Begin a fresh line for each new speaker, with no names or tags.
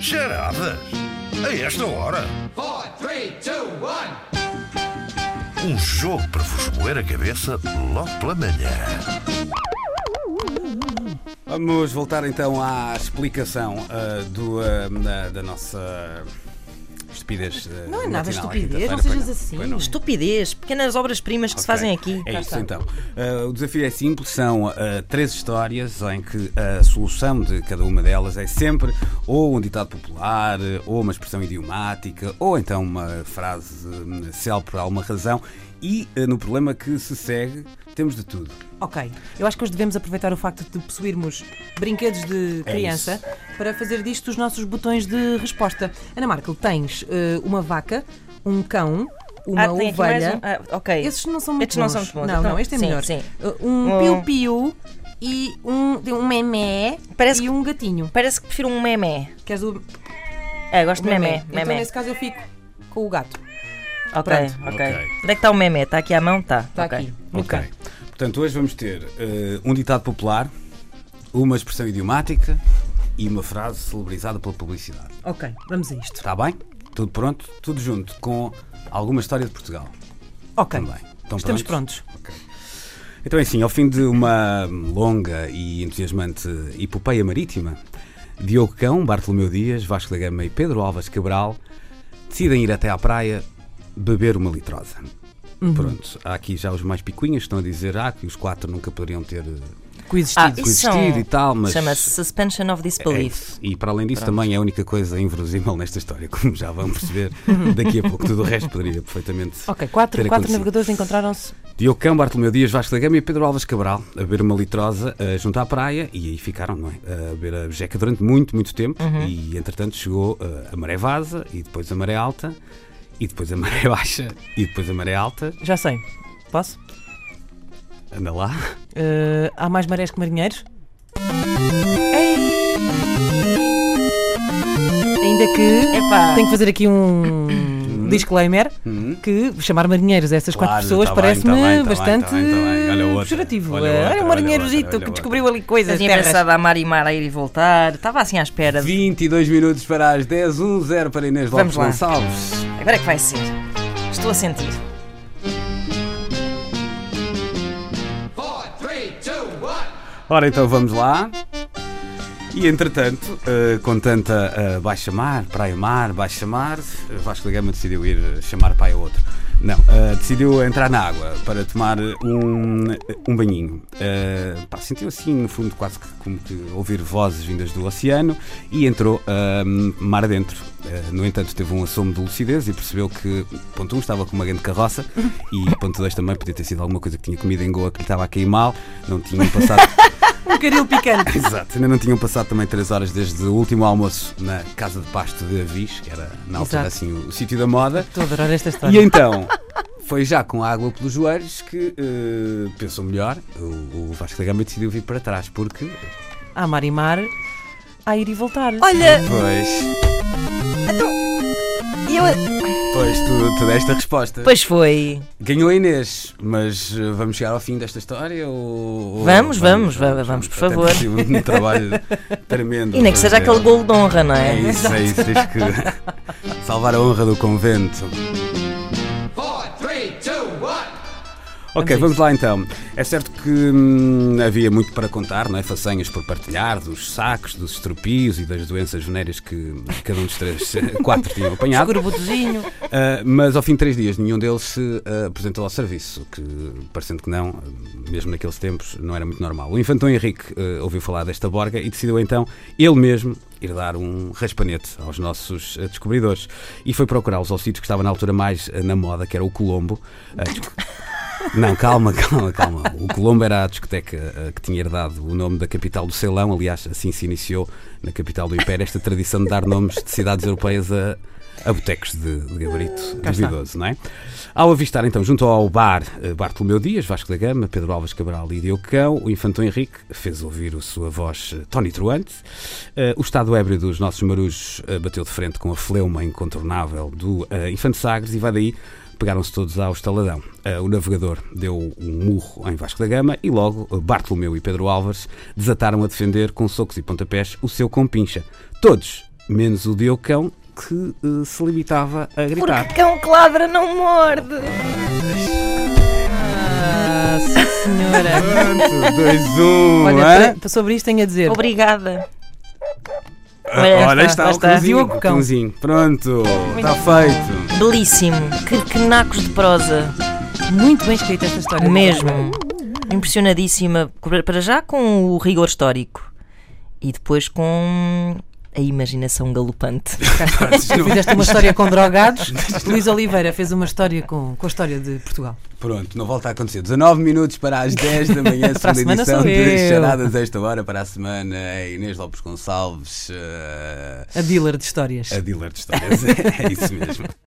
Charadas? A esta hora?
four, three, two, one.
Um jogo para vos moer a cabeça logo pela manhã.
Vamos voltar então à explicação ah, do, ah, da, da nossa estupidez. ah,
Não é nada
matinal, à
estupidez, não
quinta-feira.
sejas
Pois
assim.
não, pois não.
Estupidez, pequenas obras-primas que se
Ok.
fazem aqui.
É
Cá
isso
está.
então. Ah, o desafio é simples, são ah, três histórias em que a solução de cada uma delas é sempre ou um ditado popular, uh, ou uma expressão idiomática, ou então uma frase hum, célebre por alguma razão. E ah, no problema que se segue, temos de tudo.
Ok, eu acho que hoje devemos aproveitar o facto de possuirmos brinquedos de
É
criança para fazer disto os nossos botões de resposta. Ana Markel, tens eh, uma vaca, um cão, uma
Ah, tem aqui mais
ovelha.
um? Ah, ok.
Esses não são muito
Estes não
bons.
são muito bons.
Não,
Então,
não, este é
sim,
melhor.
sim.
Eh, um
Um-
piu-piu e um, tem um memé
Parece
e
que-
um gatinho.
Parece que prefiro um memé.
Queres o
É, gosto de
memé?
memé.
Então,
memé.
nesse caso, eu fico com o gato.
Ok,
pronto.
ok.
Ok.
Onde é que está o memé? Está aqui à mão? Tá. Está.
Está aqui. no canto.
Portanto, hoje vamos ter eh, um ditado popular, uma expressão idiomática e uma frase celebrizada pela publicidade.
Ok, vamos a isto.
Está bem? Tudo pronto? Tudo junto com alguma história de Portugal.
Ok.
Também. Estão
Estamos prontos.
Então é assim, ao fim de uma longa e entusiasmante epopeia marítima, Diogo Cão, Bartolomeu Dias, Vasco da Gama e Pedro Alves Cabral decidem ir até à praia beber uma litrosa. Pronto, há aqui já os mais picuinhas que estão a dizer ah, que os quatro nunca poderiam ter eh,
Ah,
Coexistido.
isso
Com
são...
vestido e tal, mas-
Chama-se Suspension of
É
Disbelief.
isso. E para além disso, também é a única coisa inverosímil nesta história, como já vão perceber daqui a pouco. Tudo o resto poderia perfeitamente.
Ok, quatro,
ter
quatro
acontecido.
navegadores encontraram-se.
Diogo Cão, Bartolomeu Dias, Vasco da Gama e Pedro Alves Cabral a beber uma litrosa eh, junto à praia e aí ficaram, não é? A beber a jeca durante muito, muito tempo
Uhum.
e entretanto chegou eh, a maré vaza e depois a maré alta e depois a maré baixa e depois a maré alta.
Já sei. Posso?
Anda lá.
Eh, há mais marés que marinheiros? Ainda que
Epá.
tenho que fazer aqui um disclaimer que chamar marinheiros a essas
Hum. Claro,
quatro pessoas
tá bem, tá
parece-me
bem, tá bem,
bastante
tá bem, tá bem. Olha outra,
pejorativo.
olha
Eh,
outra,
um
olha
marinheirosito
outra, olha
que
outra.
descobriu ali coisas.
Eu tinha
terras.
pensado a mar e mar a ir e voltar. Estava assim à espera. de-
22 minutos para as 10, 1 0 para Inês Lopes
Vamos lá.
Gonçalves.
Agora é que vai ser. Estou a sentir.
Four, three, two, one.
Ora então vamos lá. E entretanto, eh, com tanta eh, baixa mar, praia mar, baixa mar, eh, Vasco da Gama decidiu ir eh, chamar pai a outro. Não, eh, decidiu entrar na água para tomar eh, um, eh, um banhinho. Eh, pá, sentiu assim, no fundo, quase que, como que ouvir vozes vindas do oceano e entrou ah, mar adentro. Eh, no entanto, teve um assomo de lucidez e percebeu que, ponto 1, um, estava com uma grande carroça e, ponto 2, também podia ter sido alguma coisa que tinha comido em Goa que lhe estava a cair mal, não tinha passado.
Um caril picante.
Exato, ainda não tinham passado também 3 horas desde o último almoço na Casa de Pasto de Avis, que era na altura
Exato.
assim o, o sítio da moda.
Estou a adorar esta
E
história.
então foi já com água pelos joelhos que eh, pensou melhor. O, o Vasco da Gama decidiu vir para trás, porque.
Há mar e mar, há ir e voltar.
Olha,
Pois,
então,
eu...
pois tu, tu deste a resposta.
Pois foi.
Ganhou a Inês, mas eh, vamos chegar ao fim desta história? Ou, ou-
Vamos, vamos, vamos, por
Até
favor.
porque tive um trabalho tremendo.
E nem que seja
Fazer.
aquele golo de honra, não
É
é?
isso, é isso. Tens que salvar a honra do convento.
Four, three, two, one.
Ok, vamos lá então. É certo que hum, havia muito para contar, não é? Façanhas por partilhar, dos sacos, dos estropios e das doenças venéreas que cada um dos três, quatro tinham apanhado.
Escorbutozinho.
Ah, mas ao fim de três dias, nenhum deles se ah, apresentou ao serviço, o que, parecendo que não, ah, mesmo naqueles tempos, não era muito normal. O infantão Henrique ah, ouviu falar desta borga e decidiu então, ele mesmo, ir dar um raspanete aos nossos ah, descobridores. E foi procurá-los ao sítio que estava na altura mais ah, na moda, que era o Colombo. Ah, desco- não, calma, calma, calma. O Colombo era a discoteca eh, que tinha herdado o nome da capital do Ceilão. Aliás, assim se iniciou na capital do Império esta tradição de dar nomes de cidades europeias a, a botecos de, de gabarito duvidoso, não é? Ao avistar, então, junto ao bar eh, Bartolomeu Dias, Vasco da Gama, Pedro Alves Cabral e Diogo Cão, o infantão Henrique fez ouvir a sua voz eh, tonitruante. Eh, o estado ébrio dos nossos marujos eh, bateu de frente com a fleuma incontornável do eh, infante Sagres e vai daí pegaram-se todos ao estaladão. Ah, o navegador deu um murro em Vasco da Gama e logo ah, Bartolomeu e Pedro Álvares desataram a defender com socos e pontapés o seu compincha. Todos menos o Diogo Cão, que eh, se limitava a gritar.
Porque cão que ladra não morde.
Ah, sim, senhora.
Pronto, dois, um,
Olha,
hã?
para- sobre isto tenho a dizer.
Obrigada.
Ah, Olha,
lá
está,
lá
o cãozinho,
Diogo
o
Cão.
cãozinho. Pronto, está feito.
Belíssimo. Que, que nacos de prosa.
Muito bem escrita esta história.
Mesmo. Impressionadíssima. Para já com o rigor histórico. E depois com a imaginação galopante.
Fizeste uma história com drogados. Luís Oliveira fez uma história com, com a história de Portugal.
Pronto, não volta a acontecer. 19 minutos para as 10 da manhã,
Para a
segunda
semana
edição
sou
de
eu.
Charadas esta hora para a semana. é Inês Lopes Gonçalves, eh,
A dealer de histórias.
a dealer de histórias. É isso mesmo.